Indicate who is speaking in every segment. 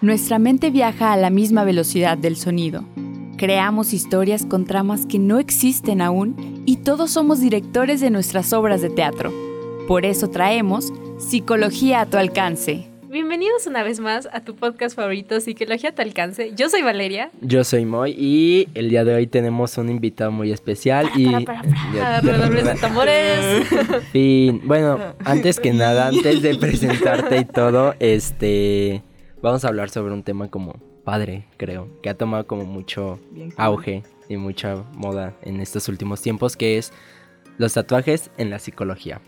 Speaker 1: Nuestra mente viaja a la misma velocidad del sonido. Creamos historias con tramas que no existen aún y todos somos directores de nuestras obras de teatro. Por eso traemos Psicología a tu alcance.
Speaker 2: Bienvenidos una vez más a tu podcast favorito, Psicología a tu alcance. Yo soy Valeria.
Speaker 3: Yo soy Moy y el día de hoy tenemos un invitado muy especial y...
Speaker 2: Ah, Redobles de tambores.
Speaker 3: Fin. Bueno, antes que nada, antes de presentarte y todo, este... Vamos a hablar sobre un tema como padre, creo, que ha tomado como mucho auge y mucha moda en estos últimos tiempos, que es los tatuajes en la psicología.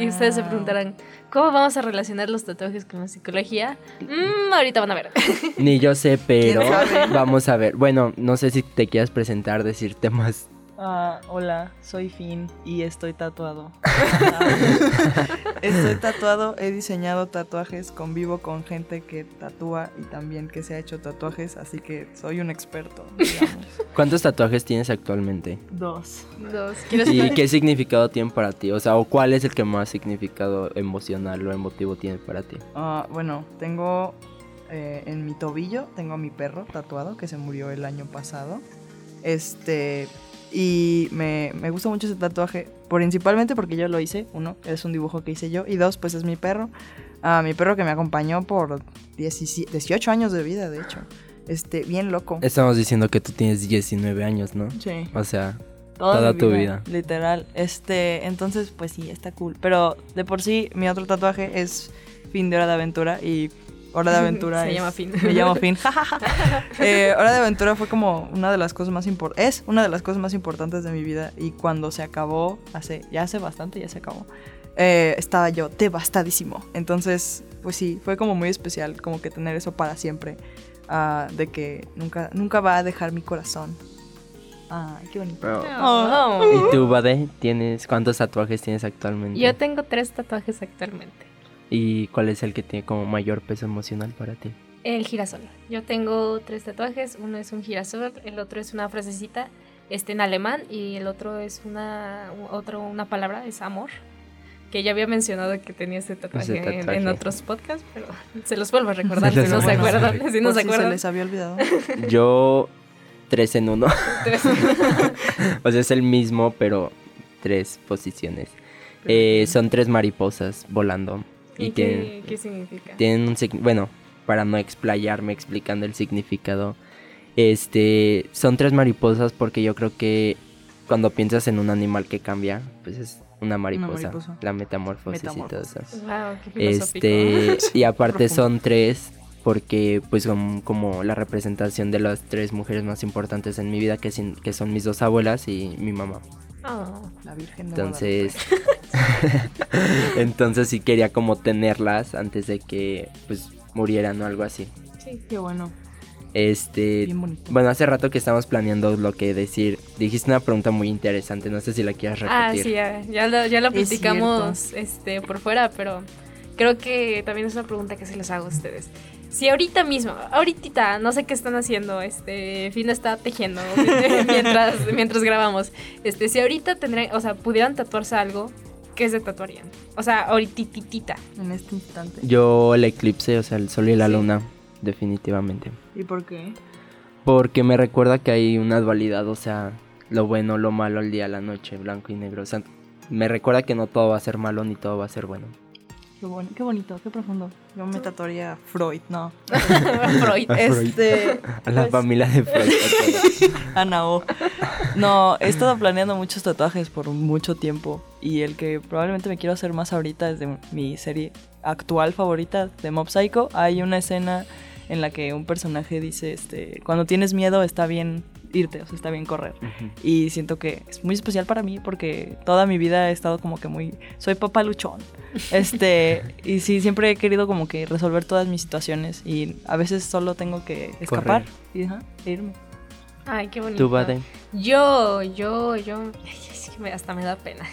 Speaker 2: Y ustedes se preguntarán, ¿cómo vamos a relacionar los tatuajes con la psicología? Mm, ahorita van a ver.
Speaker 3: Ni yo sé, pero vamos a ver. Bueno, no sé si te quieras presentar, decir temas.
Speaker 4: Ah, hola, soy Finn y estoy tatuado. estoy tatuado, he diseñado tatuajes, convivo con gente que tatúa y también que se ha hecho tatuajes, así que soy un experto, digamos.
Speaker 3: ¿Cuántos tatuajes tienes actualmente?
Speaker 4: Dos.
Speaker 2: Dos. ¿Quieres
Speaker 3: ¿Y qué significado tiene para ti? O sea, ¿o ¿cuál es el que más significado emocional o emotivo tiene para ti?
Speaker 4: Ah, bueno, tengo eh, en mi tobillo, tengo a mi perro tatuado que se murió el año pasado. Este, y me, me gusta mucho ese tatuaje, principalmente porque yo lo hice, uno, es un dibujo que hice yo, y dos, pues es mi perro. Ah, mi perro que me acompañó por 17 18 años de vida, de hecho. Este, bien loco.
Speaker 3: Estamos diciendo que tú tienes 19 años, ¿no?
Speaker 4: Sí.
Speaker 3: O sea,
Speaker 4: Toda,
Speaker 3: Toda
Speaker 4: mi
Speaker 3: tu vida.
Speaker 4: Literal. Este, entonces, pues sí, está cool. Pero de por sí, mi otro tatuaje es fin de hora de aventura y hora de aventura.
Speaker 2: Se
Speaker 4: es-
Speaker 2: llama fin.
Speaker 4: Me llamo fin. Eh, hora de aventura fue como una de las cosas más importantes. Es una de las cosas más importantes de mi vida y cuando se acabó, hace, ya hace bastante, ya se acabó. eh, estaba yo devastadísimo. Entonces, pues sí, fue como muy especial, como que tener eso para siempre. ah, de que nunca, nunca va a dejar mi corazón. Ay, qué bonito.
Speaker 2: Oh.
Speaker 3: ¿Y tú, Bade, tienes cuántos tatuajes tienes actualmente?
Speaker 2: Yo tengo tres tatuajes actualmente.
Speaker 3: ¿Y cuál es el que tiene como mayor peso emocional para ti?
Speaker 2: El girasol. Yo tengo tres tatuajes. Uno es un girasol, el otro es una frasecita este, en alemán y el otro es una, u- otro, una palabra, es amor. Que ya había mencionado que tenía ese tatuaje, en- En,
Speaker 3: tatuaje.
Speaker 2: otros podcasts, pero se los vuelvo a recordar si
Speaker 3: los
Speaker 2: no se
Speaker 3: vuelvo a
Speaker 2: acuerdan. Si no
Speaker 4: Por
Speaker 2: se
Speaker 4: si se
Speaker 2: acuerdan.
Speaker 4: les había olvidado.
Speaker 3: Yo tres en uno.
Speaker 2: Entonces,
Speaker 3: o sea, es el mismo, pero tres posiciones. Eh, son tres mariposas volando. Y
Speaker 2: ¿Y
Speaker 3: tienen,
Speaker 2: qué, qué significa?
Speaker 3: tienen un signi- Bueno, para no explayarme explicando el significado. Este. Son tres mariposas porque yo creo que cuando piensas en un animal que cambia, pues es una mariposa.
Speaker 4: mariposa.
Speaker 3: La metamorfosis, y todo eso.
Speaker 4: Metamorfosis.
Speaker 2: Wow, qué filosófico.
Speaker 3: Este, y aparte
Speaker 4: Profundo.
Speaker 3: son tres, porque pues son como la representación de las tres mujeres más importantes en mi vida, que, sin- que son mis dos abuelas y mi mamá.
Speaker 2: Oh,
Speaker 4: La Virgen de
Speaker 3: Entonces, entonces sí quería como tenerlas antes de que pues murieran o algo así.
Speaker 2: sí.
Speaker 4: Qué bueno.
Speaker 3: Este,
Speaker 4: Bien bonito.
Speaker 3: bueno, hace rato que estamos planeando lo que decir. Dijiste una pregunta muy interesante, no sé si la quieras repetir.
Speaker 2: Ah, sí, ya, ya lo, ya lo
Speaker 4: Es
Speaker 2: platicamos este, por fuera, pero creo que también es una pregunta que se les hago a ustedes. Si ahorita mismo, ahorita, no sé qué están haciendo, este, Fina está tejiendo mientras, mientras grabamos. Este, si ahorita tendrían, o sea, pudieran tatuarse algo, ¿qué se tatuarían? O sea, ahorititita.
Speaker 4: En este instante.
Speaker 3: Yo el eclipse, o sea, el sol y la
Speaker 2: Sí.
Speaker 3: luna, definitivamente.
Speaker 4: ¿Y por qué?
Speaker 3: Porque me recuerda que hay una dualidad, o sea, lo bueno, lo malo, el día, la noche, blanco y negro. O sea, me recuerda que no todo va a ser malo ni todo va a ser bueno.
Speaker 4: Qué, bon- qué bonito, qué profundo. Yo me tatuaría Freud, no.
Speaker 2: Freud.
Speaker 3: A Ah, Freud.
Speaker 4: Este.
Speaker 3: A la
Speaker 4: pues,
Speaker 3: familia de Freud. ok.
Speaker 4: Ana O. No, he estado planeando muchos tatuajes por mucho tiempo. Y el que probablemente me quiero hacer más ahorita es de mi serie actual favorita de Mob Psycho. Hay una escena en la que un personaje dice: este, Cuando tienes miedo, está bien irte, o sea, está bien correr. y siento que es muy especial para mí porque toda mi vida he estado como que muy soy papá luchón este y sí siempre he querido como que resolver todas mis situaciones y a veces solo tengo que escapar y ajá, e irme
Speaker 2: Ay, qué bonito.
Speaker 3: Tú, Bade.
Speaker 2: Yo, yo, yo. Es que me- hasta me da pena.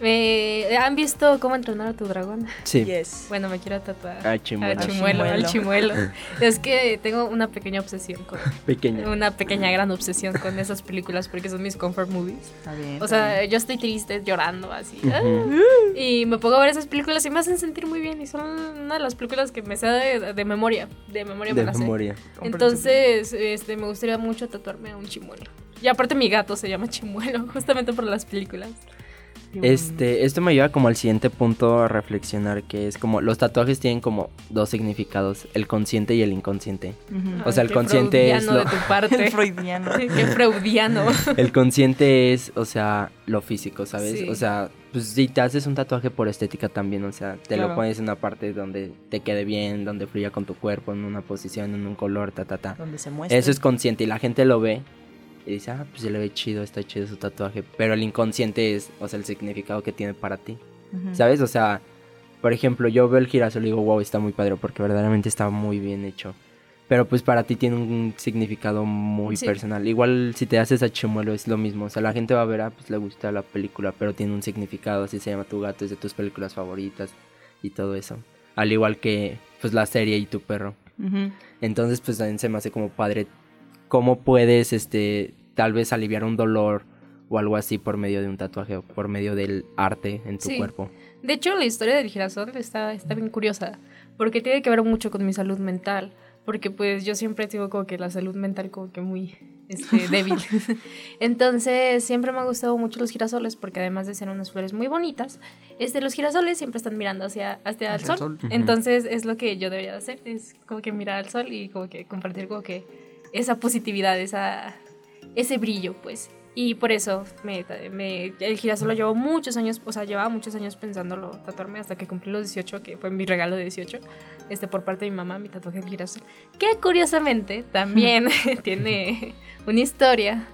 Speaker 2: Eh, ¿Han visto cómo entrenar a tu dragón?
Speaker 3: Sí.
Speaker 4: Yes.
Speaker 2: Bueno, me quiero tatuar.
Speaker 3: Ah, chimuelo.
Speaker 2: Al chimuelo,
Speaker 4: Al
Speaker 2: al chimuelo. es que tengo una pequeña obsesión con.
Speaker 3: Pequeño.
Speaker 2: Una pequeña gran obsesión con esas películas porque son mis comfort movies.
Speaker 4: Está bien.
Speaker 2: O sea, eh, yo estoy triste, llorando, así. ah,
Speaker 3: Ujú.
Speaker 2: Y me pongo a ver esas películas y me hacen sentir muy bien. Y son una de las películas que me sé de, de memoria. De memoria me
Speaker 3: De
Speaker 2: las sé.
Speaker 3: memoria.
Speaker 2: Entonces, este, me gustaría mucho tatuarme a un chimuelo. Y aparte mi gato se llama Chimuelo, justamente por las películas.
Speaker 3: Este, esto me lleva como al siguiente punto a reflexionar, que es como los tatuajes tienen como dos significados, el consciente y el inconsciente. O sea, el
Speaker 2: Qué
Speaker 3: consciente es
Speaker 2: freudiano de
Speaker 3: lo-
Speaker 2: tu
Speaker 4: El
Speaker 2: parte.
Speaker 4: freudiano.
Speaker 2: Qué freudiano.
Speaker 3: El consciente es, o sea, lo físico, ¿sabes?
Speaker 2: Sí.
Speaker 3: O sea, pues si te haces un tatuaje por estética también, o sea, te
Speaker 4: Claro.
Speaker 3: lo pones en una parte donde te quede bien, donde fluya con tu cuerpo, en una posición, en un color, ta, ta, ta.
Speaker 4: Donde se muestra.
Speaker 3: Eso es consciente y la gente lo ve y dice, ah, pues se le ve chido, está chido su tatuaje. Pero el inconsciente es, o sea, el significado que tiene para ti.
Speaker 4: Ujú.
Speaker 3: ¿Sabes? O sea, por ejemplo, yo veo el girasol y digo, wow, está muy padre, porque verdaderamente está muy bien hecho. Pero pues para ti tiene un significado muy
Speaker 2: Sí.
Speaker 3: personal. Igual si te haces a Chimuelo es lo mismo. O sea, la gente va a ver, ah, pues le gusta la película, pero tiene un significado. Así se llama tu gato, es de tus películas favoritas y todo eso. Al igual que pues la serie y tu perro.
Speaker 4: Ujú.
Speaker 3: Entonces, pues también se me hace como padre cómo puedes, este, tal vez aliviar un dolor o algo así por medio de un tatuaje o por medio del arte en tu
Speaker 2: Sí.
Speaker 3: cuerpo.
Speaker 2: De hecho, la historia del girasol está, está bien curiosa, porque tiene que ver mucho con mi salud mental, porque pues yo siempre digo como que la salud mental como que muy este, débil. Entonces, siempre me han gustado mucho los girasoles, porque además de ser unas flores muy bonitas, este, los girasoles siempre están mirando hacia, hacia el
Speaker 4: Hacia
Speaker 2: sol.
Speaker 4: el
Speaker 3: Ujú.
Speaker 2: Entonces, es lo que yo debería de hacer, es como que mirar al sol y como que compartir como que esa positividad, esa, ese brillo, pues. Y por eso me, me- el girasol lo llevo muchos años, o sea, llevaba muchos años pensándolo tatuarme hasta que cumplí los 18, que fue mi regalo de 18, este, por parte de mi mamá, mi tatuaje de girasol. Que curiosamente también tiene una historia,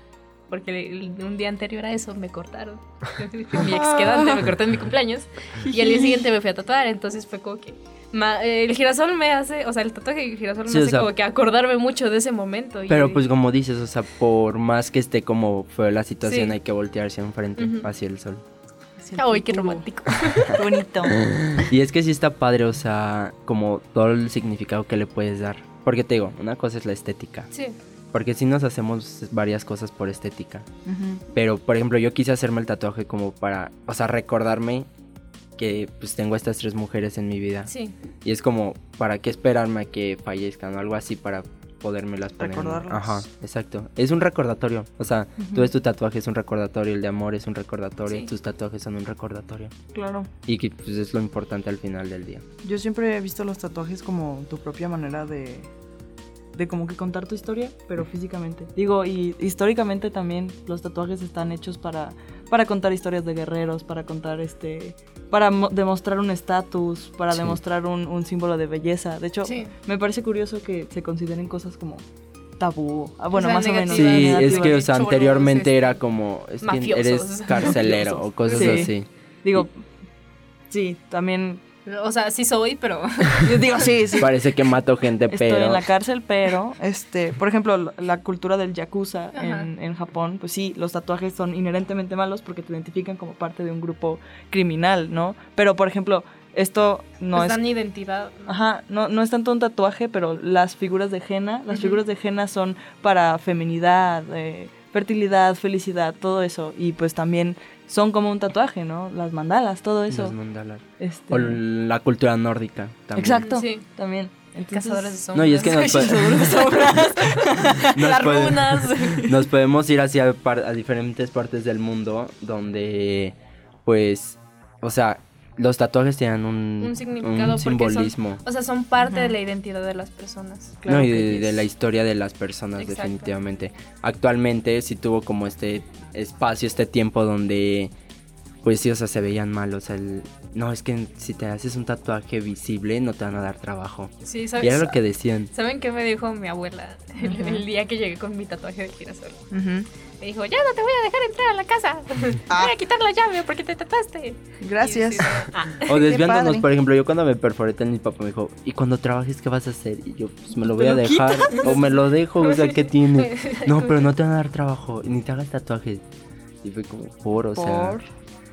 Speaker 2: porque el- un día anterior a eso me cortaron. mi ex quedante me cortó en mi cumpleaños y al día siguiente me fui a tatuar, entonces fue como que... ma- el girasol me hace, o sea, el tatuaje de girasol me
Speaker 3: Sí, o
Speaker 2: hace
Speaker 3: sea,
Speaker 2: como que acordarme mucho de ese momento. y-
Speaker 3: Pero pues como dices, o sea, por más que esté como fue la situación,
Speaker 2: Sí.
Speaker 3: hay que voltearse enfrente,
Speaker 2: Ujú.
Speaker 3: hacia el sol.
Speaker 4: Hacia el
Speaker 2: Ay,
Speaker 3: uh.
Speaker 2: qué
Speaker 4: futuro.
Speaker 2: romántico.
Speaker 4: Qué bonito.
Speaker 3: Y es que sí está padre, o sea, como todo el significado que le puedes dar. Porque te digo, una cosa es la estética.
Speaker 2: Sí.
Speaker 3: Porque sí nos hacemos varias cosas por estética. Pero, por ejemplo, yo quise hacerme el tatuaje como para, o sea, recordarme que pues tengo a estas tres mujeres en mi vida.
Speaker 2: Sí,
Speaker 3: Y es como, ¿para qué esperarme a que fallezcan o algo así para podérmelas poner? ¿no?
Speaker 4: Recordarlas.
Speaker 3: Ajá, exacto. Es un recordatorio. O sea, tú ves tu tatuaje, es un recordatorio. El de amor es un recordatorio.
Speaker 2: Sí.
Speaker 3: Tus tatuajes son un recordatorio.
Speaker 4: Claro.
Speaker 3: Y que pues, es lo importante al final del día.
Speaker 4: Yo siempre he visto los tatuajes como tu propia manera de, de como que contar tu historia, pero físicamente. Digo, y históricamente también los tatuajes están hechos para, para contar historias de guerreros, para contar este, para mo- demostrar un estatus, para
Speaker 3: Sí.
Speaker 4: demostrar un, un símbolo de belleza. De hecho,
Speaker 2: sí.
Speaker 4: me parece curioso que se consideren cosas como tabú. Ah, Bueno,
Speaker 2: sea,
Speaker 4: más o menos.
Speaker 2: negativas.
Speaker 3: Sí, es que, o sea,
Speaker 2: Negativas,
Speaker 3: anteriormente
Speaker 2: cholos,
Speaker 3: era
Speaker 2: este,
Speaker 3: como, es que
Speaker 2: mafiosos.
Speaker 3: eres carcelero o
Speaker 2: Mafiosos.
Speaker 3: cosas
Speaker 4: Sí.
Speaker 3: así.
Speaker 4: Digo, sí, también.
Speaker 2: O sea, sí soy, pero
Speaker 4: Digo, sí, sí.
Speaker 3: Parece que mato gente,
Speaker 4: Estoy
Speaker 3: pero...
Speaker 4: en la cárcel, pero, este, por ejemplo, la- la cultura del yakuza
Speaker 2: Ajá.
Speaker 4: en, en Japón, pues sí, los tatuajes son inherentemente malos porque te identifican como parte de un grupo criminal, ¿no? Pero, por ejemplo, esto no
Speaker 2: no
Speaker 4: es...
Speaker 2: dan identidad.
Speaker 4: Ajá, no, no es tanto un tatuaje, pero las figuras de henna, las
Speaker 2: Ujú.
Speaker 4: figuras de henna son para feminidad, eh, fertilidad, felicidad, todo eso. Y pues también son como un tatuaje, ¿no? Las mandalas, todo eso.
Speaker 3: Los mandalas.
Speaker 4: Este,
Speaker 3: O la cultura nórdica también.
Speaker 4: Exacto.
Speaker 2: Sí.
Speaker 4: También. Entonces,
Speaker 2: Cazadores de
Speaker 3: No,
Speaker 2: sombras.
Speaker 3: y es que nos puede-
Speaker 2: Cazadores de sombras.
Speaker 3: Nos
Speaker 2: Las
Speaker 3: puede-
Speaker 2: runas.
Speaker 3: Nos podemos ir hacia par- a diferentes partes del mundo donde, pues, o sea, los tatuajes tienen un,
Speaker 2: Un significado porque son-
Speaker 3: simbolismo.
Speaker 2: O sea, son parte
Speaker 4: Ajá.
Speaker 2: de la identidad de las personas.
Speaker 4: claro
Speaker 3: no, y
Speaker 4: que
Speaker 3: de,
Speaker 4: yes.
Speaker 3: de la historia de las personas,
Speaker 2: Exacto.
Speaker 3: definitivamente. Actualmente sí tuvo como este espacio, este tiempo donde, pues sí, o sea, se veían mal. O sea, el- no, es que si te haces un tatuaje visible no te van a dar trabajo.
Speaker 2: Sí,
Speaker 3: Y era
Speaker 2: ¿sabes?
Speaker 3: lo que decían.
Speaker 2: ¿Saben qué me dijo mi abuela el,
Speaker 4: Ujú.
Speaker 2: el día que llegué con mi tatuaje de girasol?
Speaker 4: Ujú.
Speaker 2: Me dijo, ya no te voy a dejar entrar a la casa. Te Voy a quitar la llave porque te tatuaste.
Speaker 4: Gracias.
Speaker 2: Y yo así de, "Ah".
Speaker 3: O desviándonos,
Speaker 4: padre.
Speaker 3: por ejemplo, yo cuando me perforé mi papá me dijo, ¿y cuando trabajes qué vas a hacer? Y yo, pues me lo voy
Speaker 4: ¿Te
Speaker 3: a
Speaker 4: lo
Speaker 3: dejar. O me lo dejo, o sea, ¿qué tiene? No, pero no te van a dar trabajo, ni te hagas tatuajes. Y fue como, por, o sea.
Speaker 4: Por-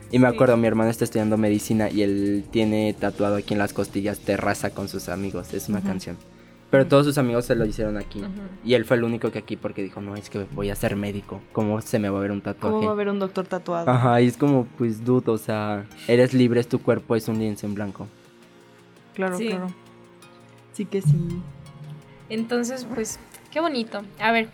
Speaker 3: Y me acuerdo, mi hermano está estudiando medicina y él tiene tatuado aquí en las costillas Terraza con sus amigos. Es una canción. Pero todos sus amigos se lo hicieron aquí. Y él fue el único que aquí porque dijo, no, es que voy a ser médico. ¿Cómo se me va a ver un tatuaje?
Speaker 4: ¿Cómo va a haber un doctor tatuado?
Speaker 3: Ajá, y es como, pues, dudo, o sea, eres libre, es tu cuerpo, es un lienzo en blanco.
Speaker 4: Claro,
Speaker 2: Sí.
Speaker 4: claro. Sí que sí.
Speaker 2: Entonces, pues, qué bonito. A ver,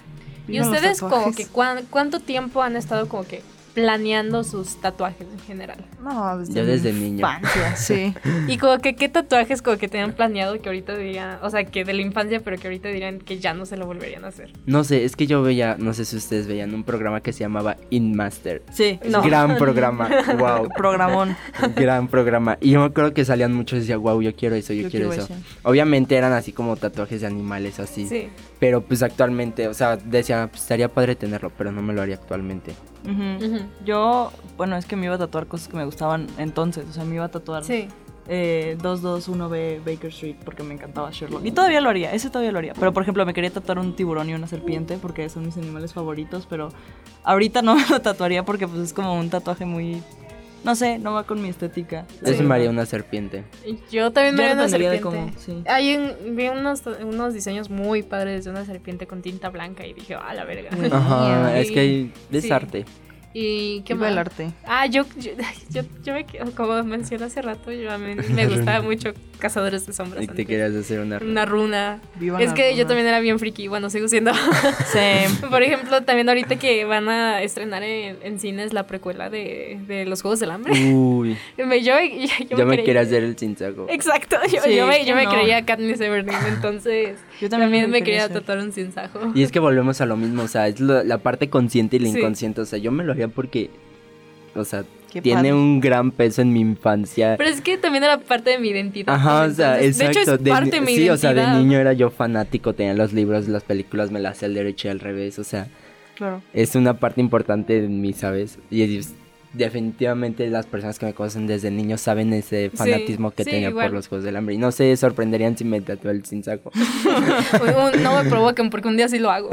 Speaker 2: ¿y
Speaker 4: Vivan los
Speaker 2: ustedes como
Speaker 4: tatuajes.
Speaker 2: que cuán- cuánto tiempo han estado como que planeando sus tatuajes en general?
Speaker 5: No, desde
Speaker 3: Yo
Speaker 5: mi
Speaker 3: desde niño.
Speaker 5: Infancia, sí.
Speaker 2: Y como que qué tatuajes como que tenían planeado que ahorita dirían, o sea, que de la infancia, pero que ahorita dirían que ya no se lo volverían a hacer.
Speaker 3: No sé, es que yo veía, no sé si ustedes veían un programa que se llamaba Inmaster.
Speaker 4: Sí.
Speaker 2: No.
Speaker 3: Gran programa, wow.
Speaker 4: Programón.
Speaker 3: Gran programa. Y yo me acuerdo que salían muchos y decía, wow, yo quiero eso, yo,
Speaker 4: Yo
Speaker 3: quiero,
Speaker 4: quiero
Speaker 3: eso.
Speaker 4: eso.
Speaker 3: Obviamente eran así como tatuajes de animales, así.
Speaker 2: Sí.
Speaker 3: Pero pues actualmente, o sea, decía, pues, estaría padre tenerlo, pero no me lo haría actualmente.
Speaker 4: Ujú.
Speaker 2: Ujú.
Speaker 4: Yo, bueno, es que me iba a tatuar cosas que me gustaban entonces. O sea, me iba a tatuar
Speaker 2: Sí.
Speaker 4: eh, 221B Baker Street porque me encantaba Sherlock. Y todavía lo haría, ese todavía lo haría. Pero por ejemplo, me quería tatuar un tiburón y una serpiente porque son mis animales favoritos, pero ahorita no me lo tatuaría porque pues es como un tatuaje muy... No sé, no va con mi estética.
Speaker 3: Yo sí
Speaker 2: Sí.
Speaker 3: me haría una serpiente.
Speaker 2: Yo también me
Speaker 4: Ya
Speaker 2: haría una
Speaker 4: dependería
Speaker 2: serpiente.
Speaker 4: de cómo, sí.
Speaker 2: Hay un- vi unos, unos diseños muy padres de una serpiente con tinta blanca y dije, ah, la verga.
Speaker 3: Ajá,
Speaker 2: Sí.
Speaker 3: es que es
Speaker 2: Sí.
Speaker 3: arte.
Speaker 2: ¿Y qué
Speaker 5: Viva
Speaker 2: más?
Speaker 5: el arte.
Speaker 2: Ah, yo, yo, yo, yo me quedo- como mencioné hace rato, yo a mí me gustaba mucho Cazadores de Sombras.
Speaker 3: Y te
Speaker 2: antes.
Speaker 3: querías hacer una...
Speaker 2: Una runa.
Speaker 5: Viva
Speaker 2: es
Speaker 5: la
Speaker 2: que yo
Speaker 5: runa.
Speaker 2: también era bien friki, bueno, sigo siendo.
Speaker 4: Sí.
Speaker 2: Por ejemplo, también ahorita que van a estrenar en, en cines la precuela de, de Los Juegos del Hambre.
Speaker 3: Uy,
Speaker 2: Me- yo, yo- yo
Speaker 3: yo me
Speaker 2: creí-
Speaker 3: quería hacer el cinzago.
Speaker 2: Exacto, yo,
Speaker 4: Sí,
Speaker 2: yo me,
Speaker 4: es
Speaker 2: yo
Speaker 4: que
Speaker 2: me
Speaker 4: no.
Speaker 2: creía Katniss Everdeen, entonces
Speaker 4: Yo
Speaker 2: también me quería
Speaker 4: hacer.
Speaker 2: tatuar un cinzajo.
Speaker 3: Y es que volvemos a lo mismo, o sea, es lo- la parte consciente y la
Speaker 2: Sí.
Speaker 3: inconsciente. O sea, yo me lo haría porque, o sea,
Speaker 5: Qué
Speaker 3: tiene
Speaker 5: padre.
Speaker 3: un gran peso en mi infancia.
Speaker 2: Pero es que también era parte de mi identidad.
Speaker 3: Ajá, o sea,
Speaker 2: entonces,
Speaker 3: exacto.
Speaker 2: De hecho, es
Speaker 3: de
Speaker 2: parte de
Speaker 3: ni-
Speaker 2: mi
Speaker 3: sí,
Speaker 2: identidad.
Speaker 3: o sea, de niño era yo fanático, tenía los libros, las películas, me las hacía al derecho y al revés. O sea,
Speaker 4: Claro.
Speaker 3: es una parte importante de mí, ¿sabes? Y es- definitivamente las personas que me conocen desde niño saben ese
Speaker 2: Sí,
Speaker 3: fanatismo que
Speaker 2: sí,
Speaker 3: tenía
Speaker 2: igual.
Speaker 3: por los Juegos del Hambre. Y no se sorprenderían si me tatué el cinzago.
Speaker 2: Un- un- no me provoquen porque un día sí lo hago.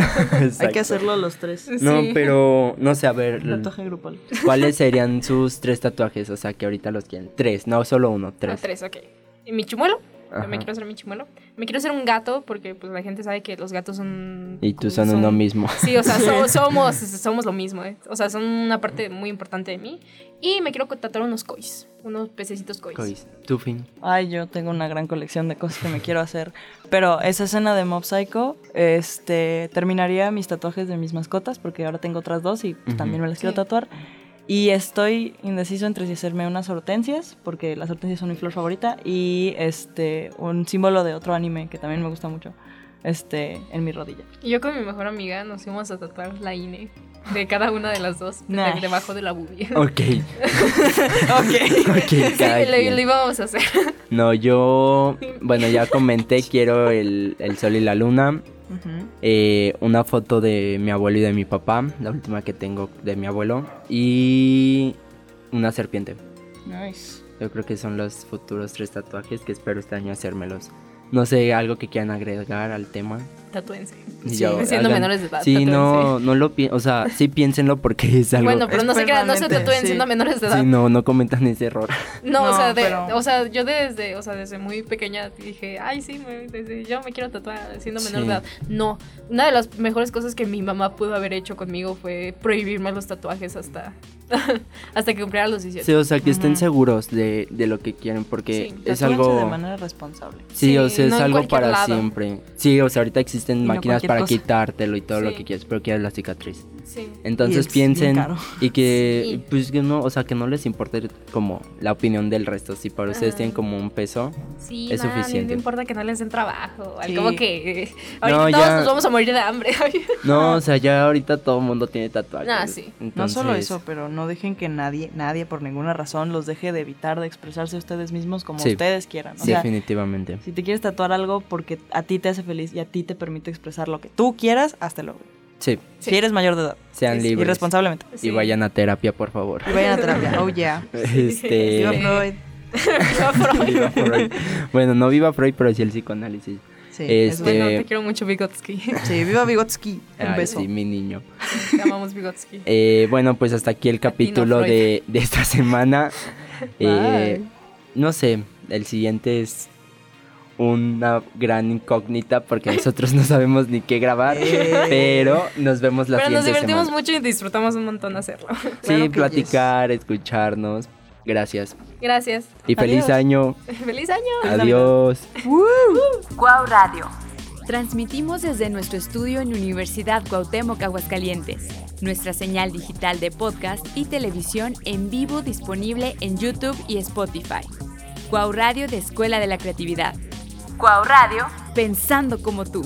Speaker 4: Hay que hacerlo los tres.
Speaker 3: No,
Speaker 2: Sí.
Speaker 3: pero no sé, a ver.
Speaker 4: Tatuaje grupal.
Speaker 3: ¿Cuáles serían sus tres tatuajes? O sea, que ahorita los quieren. Tres, no solo uno,
Speaker 2: Tres.
Speaker 3: tres.
Speaker 2: tres, ok. Y mi chimuelo.
Speaker 3: Ajá.
Speaker 2: Yo me quiero hacer mi chimuelo. Me quiero hacer un gato porque pues la gente sabe que los gatos son...
Speaker 3: Y tú son uno mismo.
Speaker 2: Sí, o sea, so- somos, somos lo mismo, ¿eh? O sea, son una parte muy importante de mí. Y me quiero tatuar unos cois, unos pececitos cois.
Speaker 3: Cois, Tu fin.
Speaker 4: Ay, yo tengo una gran colección de cosas que me quiero hacer. Pero esa escena de Mob Psycho, este, terminaría mis tatuajes de mis mascotas, porque ahora tengo otras dos y pues,
Speaker 3: Ujú.
Speaker 4: también me las quiero
Speaker 2: Sí.
Speaker 4: tatuar. Y estoy indeciso entre si hacerme unas hortensias, porque las hortensias son mi flor favorita, y este, un símbolo de otro anime que también me gusta mucho, este, en mi rodilla.
Speaker 2: Y yo con mi mejor amiga nos íbamos a tatuar la INE de cada una de las dos, de-
Speaker 4: Nice.
Speaker 2: debajo de la bubia.
Speaker 3: Ok.
Speaker 4: ok.
Speaker 3: Ok,
Speaker 2: Sí,
Speaker 3: cada
Speaker 2: lo,
Speaker 3: quien.
Speaker 2: lo íbamos a hacer.
Speaker 3: No, yo. Bueno, ya comenté, quiero el, el sol y la luna. eh, una foto de mi abuelo y de mi papá, la última que tengo de mi abuelo. Y una serpiente.
Speaker 4: Nice.
Speaker 3: Yo creo que son los futuros tres tatuajes que espero este año hacérmelos. No sé, algo que quieran agregar al tema.
Speaker 2: Tatuense.
Speaker 3: Y
Speaker 4: Sí,
Speaker 3: yo,
Speaker 2: siendo
Speaker 3: hagan-
Speaker 2: menores de edad.
Speaker 3: Sí,
Speaker 2: tatúense.
Speaker 3: no, no lo piensen, o sea, sí piénsenlo porque es algo...
Speaker 2: Bueno, pues, pero no se crean, no se
Speaker 4: permanente,
Speaker 2: tatúen
Speaker 4: sí.
Speaker 2: siendo menores de edad.
Speaker 3: sí, no, no cometan ese error.
Speaker 2: No, o
Speaker 4: No,
Speaker 2: sea, de-
Speaker 4: pero-
Speaker 2: o sea, yo desde, o sea, desde muy pequeña dije, ay, sí, me- desde- yo me quiero tatuar siendo menor
Speaker 3: Sí.
Speaker 2: de edad. No, una de las mejores cosas que mi mamá pudo haber hecho conmigo fue prohibirme los tatuajes hasta, hasta que cumpliera los 18.
Speaker 3: Sí, o sea, que estén
Speaker 4: Ujú. seguros
Speaker 3: de, de lo que quieren porque
Speaker 2: Sí,
Speaker 3: es
Speaker 4: Es
Speaker 3: algo...
Speaker 4: de manera responsable.
Speaker 3: Sí, o
Speaker 2: Sí,
Speaker 3: sea, es
Speaker 2: no en
Speaker 3: algo
Speaker 2: cualquier
Speaker 3: para
Speaker 2: lado.
Speaker 3: siempre. Sí, o sea, ahorita existen
Speaker 4: Y no
Speaker 3: máquinas
Speaker 4: cualquier
Speaker 3: para
Speaker 4: cosa.
Speaker 3: quitártelo y todo lo
Speaker 2: Sí.
Speaker 3: que quieras, pero quieres la cicatriz.
Speaker 2: Sí.
Speaker 3: Entonces
Speaker 4: es bien
Speaker 3: piensen
Speaker 4: caro.
Speaker 3: y que
Speaker 2: Sí.
Speaker 3: pues que no, o sea, que no les importe como la opinión del resto, si para ustedes
Speaker 2: Ajá.
Speaker 3: tienen como un peso.
Speaker 2: Sí,
Speaker 3: Es
Speaker 2: es
Speaker 3: suficiente.
Speaker 2: no importa que no les den trabajo. al
Speaker 4: Sí.
Speaker 2: Como que eh,
Speaker 3: No,
Speaker 2: ahorita todos
Speaker 3: ya.
Speaker 2: nos vamos a morir de hambre.
Speaker 3: No, o sea, ya ahorita todo el mundo tiene tatuajes.
Speaker 2: Ah, sí.
Speaker 3: Entonces,
Speaker 4: No solo eso, pero no dejen que nadie, nadie por ninguna razón los deje de evitar de expresarse ustedes mismos como
Speaker 3: Sí.
Speaker 4: ustedes quieran. O
Speaker 3: sí,
Speaker 4: sea,
Speaker 3: definitivamente.
Speaker 4: si te quieres tatuar algo porque a ti te hace feliz y a ti te permite expresar lo que tú quieras, háztelo. güey.
Speaker 3: Sí,
Speaker 2: Sí.
Speaker 4: Si eres mayor de edad.
Speaker 3: sean
Speaker 4: Sí,
Speaker 3: libres.
Speaker 4: Irresponsablemente.
Speaker 3: Y vayan a terapia, por favor.
Speaker 5: Y vayan a terapia. Oh, yeah.
Speaker 3: Este.
Speaker 5: Viva Freud.
Speaker 3: Viva Freud. Bueno, no viva Freud, pero sí el psicoanálisis.
Speaker 5: Sí,
Speaker 3: Este-
Speaker 5: es bueno.
Speaker 2: Bueno, te quiero mucho, Vygotsky.
Speaker 5: Sí, viva Vygotsky. Un
Speaker 3: Ay,
Speaker 5: beso.
Speaker 3: sí, mi niño.
Speaker 2: Te amamos Vygotsky.
Speaker 3: Eh, bueno, pues hasta aquí el capítulo
Speaker 2: Freud.
Speaker 3: de, de esta semana. Eh, no sé, el siguiente es una gran incógnita porque nosotros no sabemos ni qué grabar,
Speaker 5: Eh.
Speaker 3: pero nos vemos la
Speaker 2: Pero nos
Speaker 3: siguiente
Speaker 2: divertimos
Speaker 3: semana.
Speaker 2: mucho y disfrutamos un montón hacerlo.
Speaker 3: Sí,
Speaker 5: Claro que
Speaker 3: platicar, escucharnos. Gracias.
Speaker 2: Gracias.
Speaker 3: Y feliz
Speaker 4: Adiós.
Speaker 3: año.
Speaker 2: ¡Feliz año!
Speaker 3: Adiós.
Speaker 1: Guau Radio. Transmitimos desde nuestro estudio en Universidad Cuauhtémoc, Aguascalientes. Nuestra señal digital de podcast y televisión en vivo disponible en YouTube y Spotify. Guau Radio de Escuela de la Creatividad. Guau Radio, pensando como tú.